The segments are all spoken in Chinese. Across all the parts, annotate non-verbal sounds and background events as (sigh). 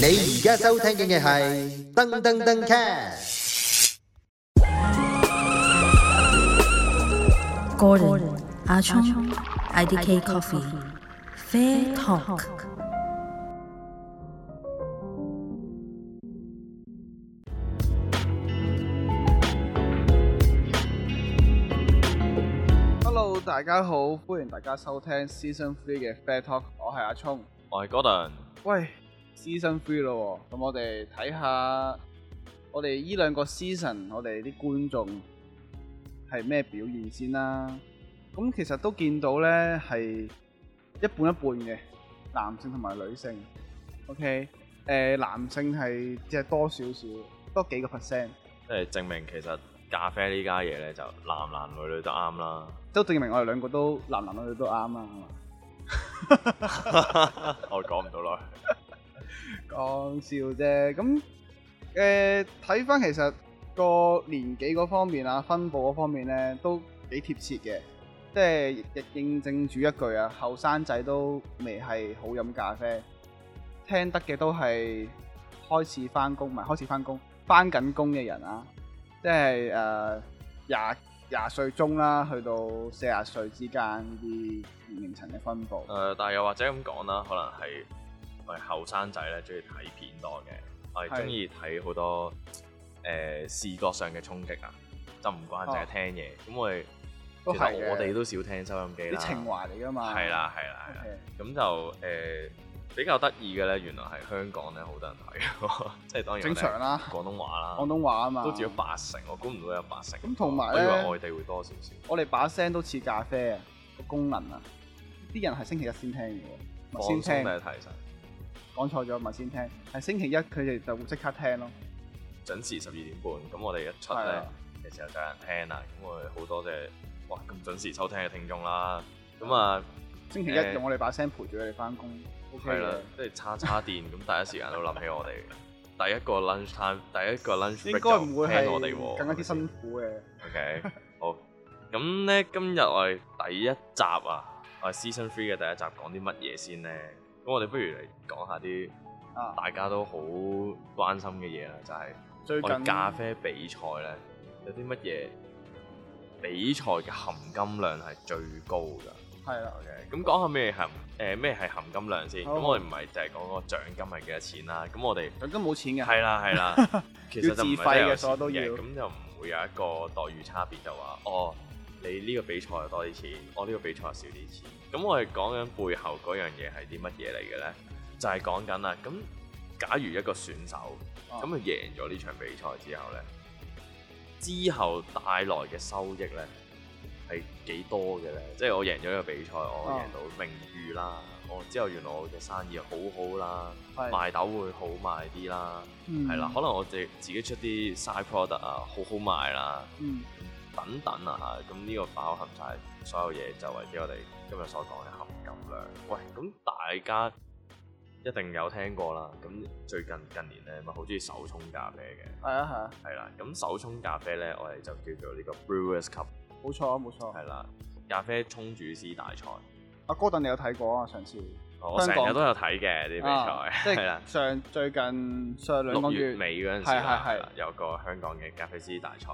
你而家收聽嘅係噔噔噔 cast。 Gordon 阿聰 IDK Coffee Fair Talk。 Hello，大家好，歡迎大家收聽 Season Three 嘅 Fair Talk，我係阿聰。我係 Gordon，喂，Season Three 咯喎，咁我哋睇下我哋呢兩個 season，我哋啲觀眾係咩表現先啦。咁其實都見到咧係一半一半嘅男性同埋女性。OK，誒、男性係即係多少少，多幾個 percent，即係證明其實咖啡呢家嘢咧就男男女女都啱啦。都證明我哋兩個都男男女女都啱啦，係嘛？我講唔到耐，講笑啫。咁誒睇翻其實個年紀嗰方面啊，分佈嗰方面咧都幾貼切嘅，即係亦亦印證住一句啊，後生仔都未係好飲咖啡，聽得嘅都係開始翻工，唔係開始翻工，翻緊工嘅人啊，即係誒廿廿歲中啦，去到四十歲之間呢啲年齡層嘅分佈誒、。但係又或者咁講啦，可能係我哋後生仔咧中意睇片多嘅，我係哋中意睇好多誒、視覺上嘅衝擊啊，就唔慣淨係聽嘢。咁、我哋都其係嘅實我哋都少聽收音機啲啦，情懷嚟噶嘛，係啦係啦係啊啦。OK。咁就誒、比較得意嘅咧，原來係香港咧好多人睇， (laughs) 即係當然正常啦我哋廣東話啦，廣東話啊嘛，都只有八成，我估唔到有八成。咁同埋我以咧為外地會多少少。我哋把聲都似咖啡啊個功能啊，啲人係星期一先聽嘅喎，放咪先鬆定聽係提神？講錯咗咪先聽，係星期一佢哋就會即刻聽咯，準時十二點半，咁我哋一出係咧啊，嘅時候就有人聽啦。咁我哋好多謝哇咁準時收聽嘅聽眾啦。咁啊星期一誒用我哋把聲陪住佢哋翻工，OK 係啦嘅，，即係叉叉電咁，第一時間都諗起我哋。第一個 lunch time，第一個 lunch 應 break 該唔會就聽我哋係更喎，加係咪之先辛苦嘅， OK，好。咁咧，今日我哋第一集啊，我哋 Season Three 嘅第一集講啲乜嘢先咧？咁我哋不如嚟講下啲啊大家都好關心嘅嘢啦，就係、最我哋近咖啡比賽咧，有啲乜嘢比賽嘅含金量係最高㗎？係啦，咁講下咩含誒咩係含金量先？咁好我哋唔係就係講個獎金係幾多錢啦。咁我哋獎金冇錢嘅，係啦 (laughs) 係啦，其實就唔係真係有要自費嘅所有都要錢嘅咁就唔會有一個待遇差別，就話哦，你呢個比賽就多啲錢，我呢個比賽就少啲錢。咁我哋講緊背後嗰樣嘢係啲乜嘢嚟嘅咧？就係講緊啦，咁假如一個選手哦咁佢贏咗呢場比賽之後咧，之後帶來嘅收益咧係幾多嘅咧？即係我贏咗呢個比賽，我哦贏到名譽啦，我之後原來我嘅生意好好啦，係賣豆會好賣啲啦。嗯係啦，可，能我哋自己出啲 side product 啊，好好賣啦，嗯，等等啊嚇，咁呢個包含晒所有嘢，就為之我哋今日所講嘅含金量。喂，咁大家一定有聽過啦。咁最近近年咧，咪好中意手沖咖啡嘅，係啊係啊，係啦。咁手沖咖啡咧，我哋就叫做呢個 Brewers Cup，冇錯啊冇錯，係啦，咖啡沖煮師大賽。阿哥頓你有睇過啊上次我香成港日都有睇嘅啲比啊即 (laughs) 賽，係啦係。上最近上兩個六月月尾嗰陣時係係啦，係係啦有個香港嘅咖啡師大賽。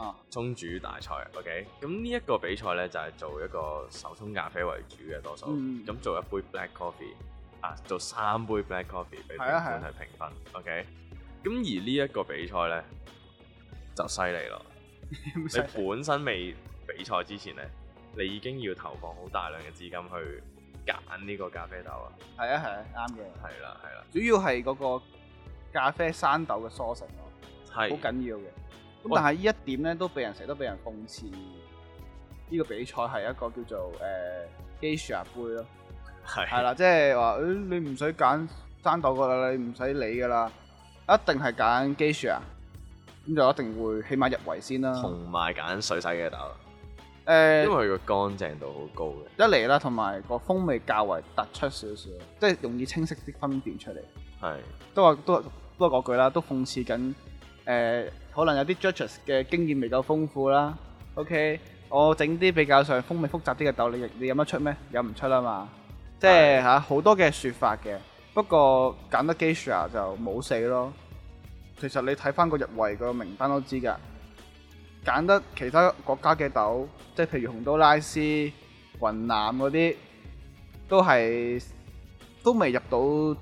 啊，沖煮大賽，OK，咁呢一個比賽咧就係、做一個手沖咖啡為主嘅多數，嗯咁、做一杯 black coffee，啊，做三杯 black coffee 俾評係啊係判啊去評分，OK，咁而呢一個比賽咧就犀利咯，你本身未比賽之前咧，你已經要投放好大量嘅資金去揀呢個咖啡豆啊，係啊係啊啱嘅。係啦係啦，主要係嗰個咖啡生豆嘅疏成咯，好係緊要嘅。咁喂但係呢一點咧，都俾人成日都俾人諷刺。呢、個比賽係一個叫做誒、Geisha 杯咯，係係啦，即係話誒你唔使揀生豆噶啦，你唔使理噶啦，一定係揀 Geisha，咁就一定會起碼入圍先啦。誒、同埋揀水洗嘅豆，啊因為佢個乾淨度好高嘅。一嚟啦，同埋個風味較為突出少少，即係容易清晰啲分辨出嚟。係都話都都係嗰句啦，都諷刺緊誒、呃可能有啲 judges 嘅經驗未夠豐富啦。OK，我整啲比較上風味複雜啲嘅豆，你你飲得出咩？飲唔出啊嘛，即係嚇好多嘅説法嘅。不過揀得 g a s h a 就冇死咯。其實你睇翻個入圍個名單都知㗎，揀得其他國家嘅豆，即係譬如洪都拉斯、雲南嗰啲，都係都未入到誒、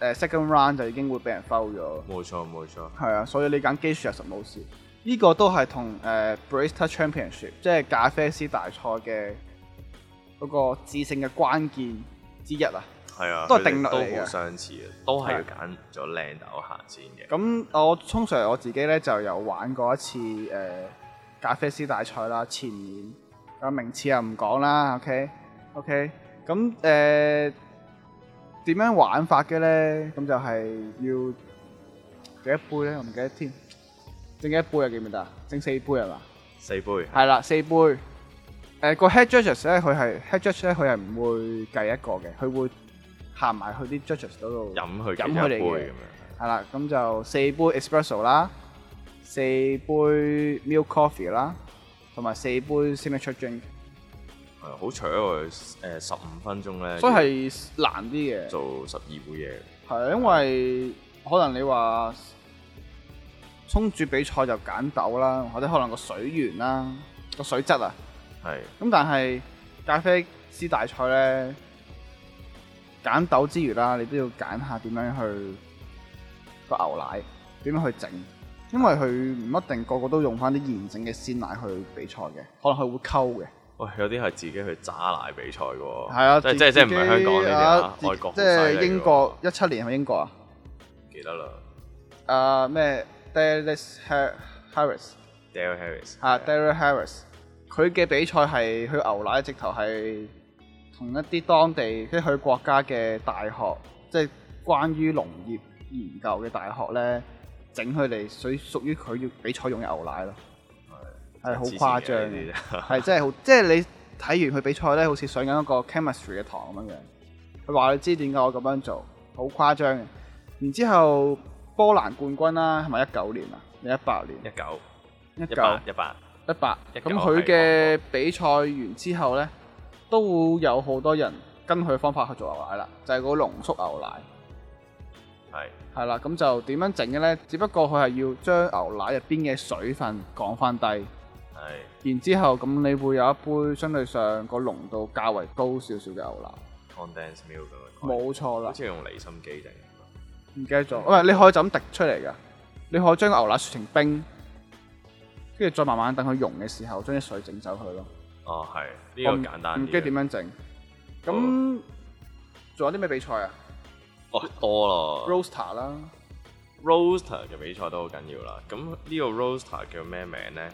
呃 second round 就已經會俾人 foul 咗。冇錯冇錯，係啊，所以你揀 g a s h a 實冇事。呢、個都係同誒 Barista Championship，即係咖啡師大賽嘅嗰個致勝嘅關鍵之一啊！係啊，都係佢哋定律嚟都嘅好相似嘅，都係要揀咗靚豆行先嘅。咁我通常我自己咧就有玩過一次誒、呃咖啡師大賽啦，前年咁名次又唔講啦，OK OK，咁誒點樣玩法嘅咧？咁就係要幾多杯咧？我唔記得添，整幾多杯啊？記唔記得啊？整四杯係嘛？四杯係係啦，四杯。誒、個 Ờ, head judges 咧，佢係 head judge 咧，佢係唔會計一個嘅，佢會行埋去啲 judges 嗰度飲飲佢飲佢佢哋哋嘅咁樣。係啦，咁就四杯 espresso 啦，四杯 milk coffee 啦，同埋四杯 signature drink，係啊好搶喎！誒十五分鐘咧，所以係難啲嘅。做十二杯嘢，係因為可能你話沖煮比賽就揀豆啦，或者可能個水源啦、個水質啊。係咁但係咖啡師大賽咧，揀豆之餘啦，你都要揀下點樣去個牛奶點樣去整，因為佢唔一定個個都用翻啲現整嘅鮮奶去比賽嘅，可能佢會溝嘅。喂有啲係自己去揸奶比賽嘅喎。係啊，哦即係即係即係唔係香港呢自己啲啊啊，自外國好即犀利係嘅英喎國一七年係咪英國啊？唔記得啦啊咩 Dallas Harris ，Dale Harris 啊 d a r r y Harris，佢嘅比賽係佢牛奶直頭係同一啲當地即係佢國家嘅大學，即係關於農業研究嘅大學咧，整佢哋屬屬於佢要比賽用嘅牛奶咯，係好誇張嘅，嘅。係 (laughs) 真係好，即係你睇完佢比賽咧，好似上緊一個 chemistry 嘅堂咁樣樣。佢話你知點解我咁樣做，好誇張嘅。然之後波蘭冠軍啦，係咪一九年啊？定一八年？ (laughs) 一九一一九八一八，一百。一九咁佢嘅比賽完之後呢，都會有好多人跟佢方法去做牛奶啦，就係、個濃縮牛奶。係係啦，咁就點樣整嘅呢？只不過佢係要將牛奶入邊嘅水分降翻低，係然之後咁你會有一杯相對上個濃度較為高少少嘅牛奶。 condense milk 咁樣。冇錯啦好，似用離心機定。唔記得咗。喂，你可以就咁滴出嚟㗎，你可以將個牛奶雪成冰，跟住再慢慢等佢溶嘅時候，將啲水整走佢咯。哦，係呢我唔個簡唔單啲啊記得點嘅。樣整。咁仲有啲咩比賽啊哦，多咯。 ？Roaster 啦， roaster 嘅比賽都好緊要啦。咁呢個 roaster 叫咩名咧？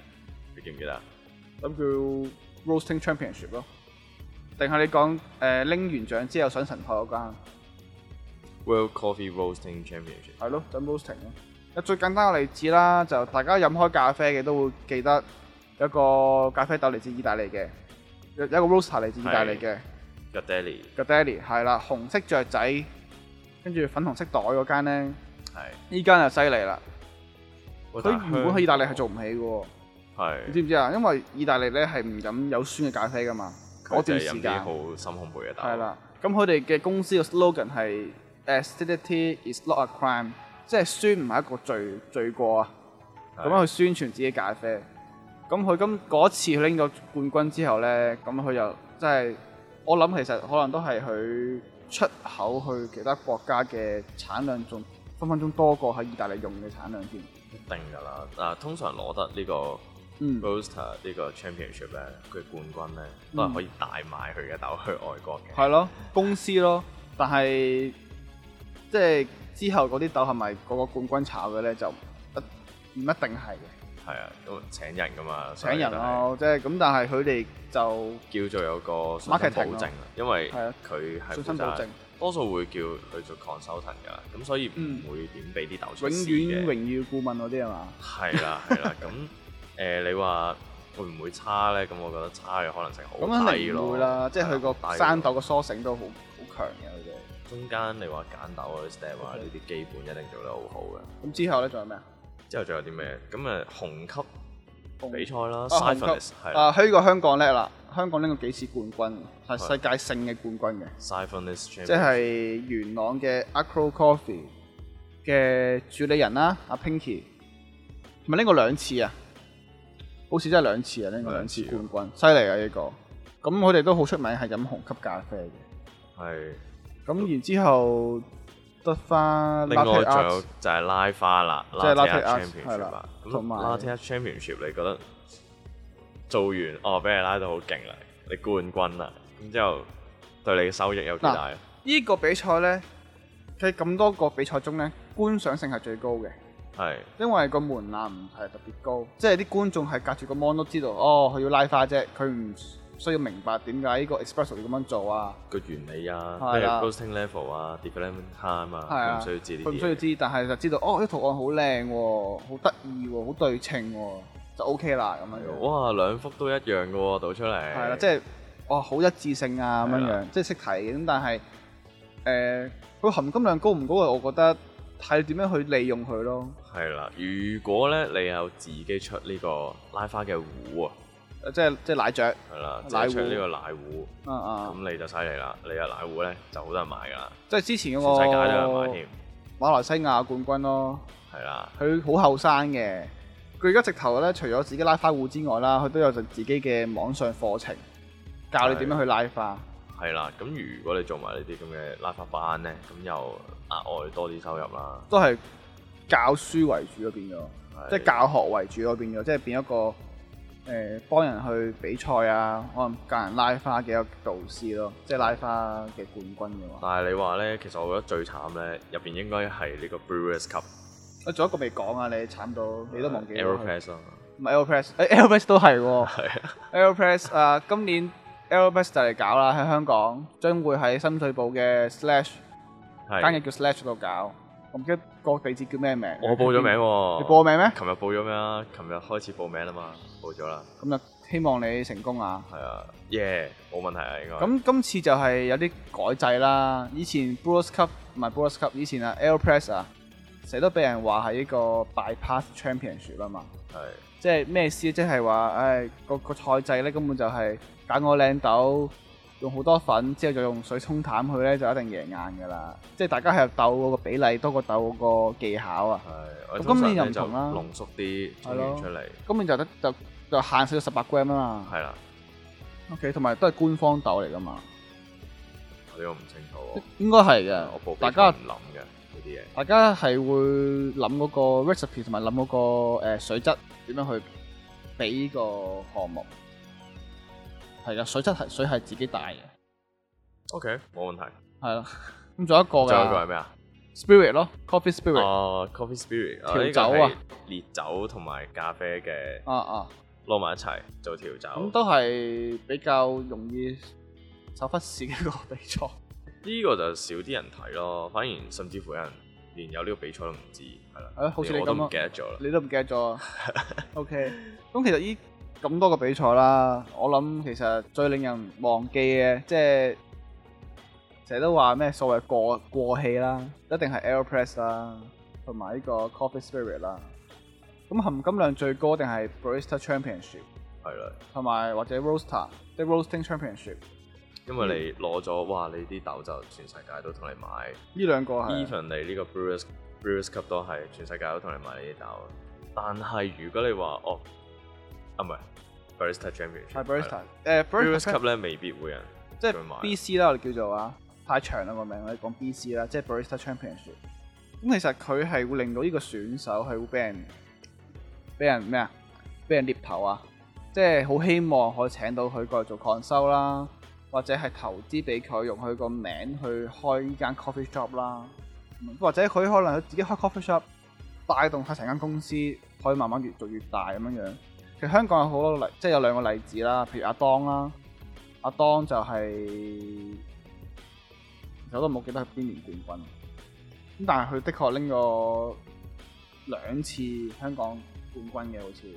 你記唔記得啊？咁叫 Roasting Championship 咯。定係你講誒拎完獎之後上神台嗰間 World Coffee Roasting Championship 係咯，就 roasting 咯。有最簡單嘅例子啦，就大家飲開咖啡嘅都會記得有一個咖啡豆嚟自意大利嘅，有有一個 roaster 嚟自意大利嘅。 g a d e l i 個 Daddy 係啦，紅色雀仔，跟住粉紅色袋嗰間咧，係。依間就犀利啦。喂佢但原本香喺意大利係做唔起嘅喎，你係知唔知啊？因為意大利咧係唔飲有酸嘅咖啡噶嘛，嗰佢就段係時飲間啲好深烘焙嘅豆。係啦。咁佢哋嘅公司嘅 slogan 係 acidity is not a crime，即係酸唔係一個罪罪過啊。係，咁樣去宣傳自己咖啡。咁佢今嗰次佢拎咗冠軍之後咧，咁佢又真係我諗其實可能都係佢出口去其他國家嘅產量仲分分鐘多過喺意大利用嘅產量添。一定㗎啦。嗱，通常攞得呢個嗯 roaster 呢個 championship 咧，佢冠軍咧都係可以帶埋佢嘅豆去外國嘅。嗯係咯，公司咯，但係即係之後嗰啲豆係咪個個冠軍炒嘅咧？就不唔一定係嘅，係啊，都請人㗎嘛，所以請人就係咯，即係咁。但係佢哋就叫做有個信心保 Marketing 證咯啦，因為係啊佢係信心保證，多數會叫佢做 consultant 㗎，咁所以嗯唔會點俾啲豆出永事遠榮嘅。譽顧問嗰啲係嘛？係 (laughs) 啦係啦，咁誒、你話會唔會差咧？咁我覺得差嘅可能性好咁肯低定咯。唔會啦，即係佢係啊個低生咯豆個梳繩都好好強嘅佢中間你話揀豆啊、step 啊呢啲基本一定做得好好嘅。哋。咁之後咧仲有咩啊？之後仲有啲咩？咁誒紅級紅比賽啦啊紅級啊 s i f o n i s 係啦啊，呢個香港叻啦，香港拎過幾次冠軍，係係世界性嘅冠軍嘅， Siphon is champion，即係元朗嘅 Acro Coffee 嘅主理人啦，阿 Pinky，同埋拎過兩次啊，好似真係兩次啊，拎過兩次兩次冠軍，犀利啊呢個。咁佢哋都好出名係飲紅級咖啡嘅，係咁然之後得翻另外仲有就係拉花啦，即係 Latte Art，Latte Art 係 championship 啦啦。咁同埋 Latte Art championship 你覺得做完哦，俾你拉到好勁啦，你冠軍啦，咁之後對你嘅收益有幾大啊？呢個比賽呢，喺咁多個比賽中呢，觀賞性係最高嘅，係因為個門檻唔係特別高，即係啲觀眾係隔住個 mon 都知道，哦，佢要拉花啫，佢唔需要明白點解呢個 espresso 要咁樣做啊，個原理啊，係咩啦 roasting level 啊，development time 啊，係佢啊唔需要知呢佢唔需要啲嘢。知，但係就知道，哦，啲圖案好靚喎，好得意喎，好對稱喎，就 OK 啦咁樣樣，哇，兩幅都一樣嘅喎，倒出嚟。係係啦，即係，哇，好一致性啊咁係樣啦樣，即係識睇嘅，咁但係，誒、佢含金量高唔高啊？我覺得睇你點樣去利用佢咯。係啦。如果咧你有自己出呢個拉花嘅壺啊，即係即係奶雀，係啦，自奶己出壺呢個奶壺，啊啊！咁你就犀利啦。你有奶壺咧，就好多人買㗎啦，即係之前嗰全個世界都有人買添。馬來西亞冠軍咯，係啦，佢好後生嘅，佢而家直頭咧，除咗自己拉花壺之外啦，佢都有自己嘅網上課程，教你點樣去拉花。係啦。咁如果你做埋呢啲咁嘅拉花班咧，咁又額外多啲收入啦。都係教書為主咯，變咗，係即係教學為主咯，變咗，即係變一個誒、呃、幫人去比賽啊，可能教人拉花嘅一個導師咯，即係拉花嘅冠軍嘅話。但係你話咧，其實我覺得最慘咧，入邊應該係呢個 Brewers Cup 我仲有一個未講啊，你慘到你都忘記咗佢。 Aeropress 啊，唔係 Aeropress，誒 Aeropress 都係喎。係啊 Aeropress 啊，今年 Aeropress 就嚟搞啦，喺香港將會喺深水埗嘅 Slash 間嘢係。叫 Slash 度搞，我唔記得個地址叫咩名。我報咗名喎。你報名咩？琴日報咗咩啊？琴日開始報名啦嘛，報咗啦，咁就希望你成功啊！係啊，耶，冇問題啊，應該。咁今次就係有啲改制啦，以前 Brewers Cup 唔係 Brewers Cup，以前啊 Aeropress 啊，成日都俾人話係呢個 bypass championship 啊嘛。係即係咩意思？即係話，唉，個個賽制咧根本就係揀個靚豆，用好多粉之後就用水沖淡佢咧，就一定贏硬噶啦。即係大家係鬥嗰個比例多過鬥嗰個技巧啊。係，我咁通常今年又咧唔就同啦濃縮啲沖係完咯出嚟，咁你就得就就限少咗十八 gram 啊嘛。係啦， OK，同埋都係官方豆嚟噶嘛，我呢個唔清楚應該係喎，嘅我報。大家大家唔諗嘅呢啲嘢，大家係會諗嗰個 recipe 同埋諗嗰個誒水質點樣去俾呢個項目。係噶，水質係水係自己帶嘅， OK，冇問題。係咯。 (laughs) 咁仲有一個㗎。仲有一個係咩啊？ spirit 咯，coffee spirit。哦，coffee spirit，啊調呢個酒啊係烈酒同埋咖啡嘅啊啊，撈埋一齊做調酒。咁都係比較容易手忽視嘅一個比賽。 (laughs) 呢個就少啲人睇咯，反而甚至乎有人連有呢個比賽都唔知，係啦。係啊好似連你我都咁啊唔記得咗啦。你都唔記得咗 (laughs) 啊？OK，咁其實依咁多個比賽啦，我諗其實最令人忘記嘅，即係成日都話咩所謂過過氣啦，一定係 Aeropress 啦，同埋呢個 Coffee Spirit 啦。咁含金量最高一定係 Barista Championship，係啦。同埋或者 Roaster，即係 Roasting Championship。因為你攞咗，哇！你啲豆就全世界都同你買呢兩個係。啊，even 你呢個 Brewers Brewers Cup 都係全世界都同你買呢啲豆。但係如果你話哦，啊唔係 Barista Championship，係係 barista 啦。誒 Brewers barista Cup 咧未必會有人即係再買啊 BC 啦，我哋叫做啊，太長啦個名，我哋講 BC 啦，即係 barista championship。咁其實佢係會令到呢個選手係會俾人俾人咩啊？俾人獵頭啊！即係好希望可以請到佢過嚟做 consult 啦，或者係投資俾佢用佢個名去開呢間 coffee shop 啦，或者佢可能佢自己開 coffee shop，帶動佢成間公司可以慢慢越做越大咁樣樣。其實香港有好多例，即係有兩個例子啦，譬如阿當啦，阿當就係、其實我都冇記得係邊年冠軍，咁但係佢的確拎過兩次香港冠軍嘅好似，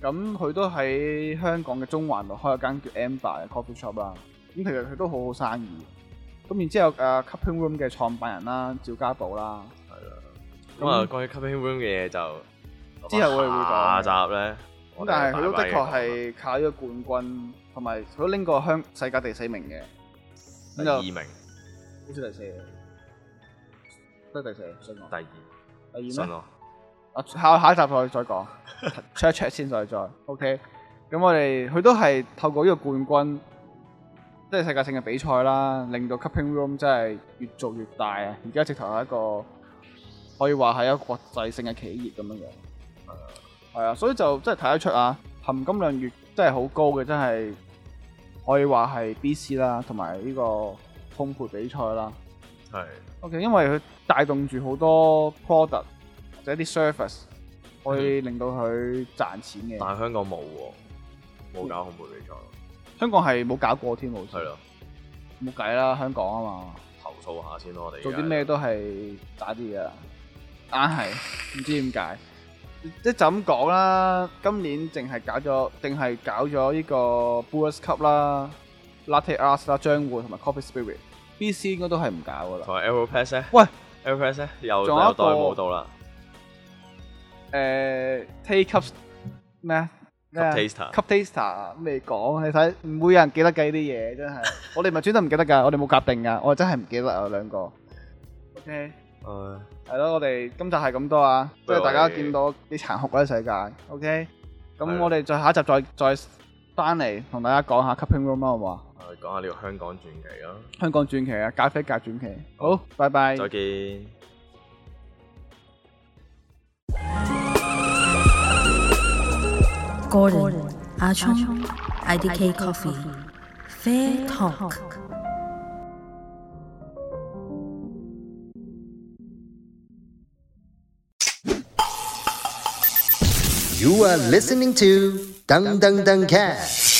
咁佢都喺香港嘅中環度開咗間叫 Amber 嘅 coffee shop 啦，咁其實佢都好好生意，咁然之後誒、呃 Cupping Room 嘅創辦人啦，趙家寶啦，咁啊，關於 Cupping Room 嘅嘢就嗯之後我哋會講下集咧。咁我哋但係佢都大把的確嘢講啦係靠呢個冠軍去同埋佢都拎過香世界第四名嘅，啊第二名，第好似第四嘅，都係第四，信我。二，第二信咩？我。啊，下下一集再再講 (laughs) ，check 一 check 先再再。OK，咁我哋佢都係透過呢個冠軍，即係世界性嘅比賽啦，令到 Cupping Room 真係越做越大啊！而家直頭係一個可以話係一個國際性嘅企業咁樣樣。係啊，所以就真係睇得出啊，含金量越真係好高嘅，真係可以話係 BC 啦，同埋呢個烘焙比賽啦。係 OK，因為佢帶動住好多 product 或者啲 service 可以令到佢賺錢嘅。但係香港冇喎，冇搞恐怖比賽咯，香港係冇搞過添，好似係咯，冇計啦，香港啊嘛，投訴下先咯，我哋做而啲家咩都係打啲嘢啦，硬係唔知點解。即係就咁講啦，今年淨係搞咗，淨係搞咗呢個 Brewers Cup 啦、Latte Art 啦、漿糊同埋 Coffee Spirit。BC 應該都係唔搞噶啦。同埋 Aeropress 咧喂，Aeropress 咧又仲有又一個代冇到啦誒 Take Cups 咩啊？咩啊 Cup Taster Cup Taster 未講，你睇唔會有人記得計啲嘢，真係。我哋唔係專登唔記得㗎，我哋冇夾定㗎，我真係唔記得啊兩個。OK，誒係咯，我哋今集係咁多啊，即不如係大家我哋見到幾殘酷啊世界。OK，咁係我哋再下一集再再翻嚟同大家講下 Cupping Room 啦，好唔好啊？我哋講下呢個香港傳奇啦，香港傳奇啊，咖啡界傳奇。好，拜拜。再見。 Gordon, Achong, IDK, Coffee, Fair Talk. You are listening to Dung Dung Dung Cat.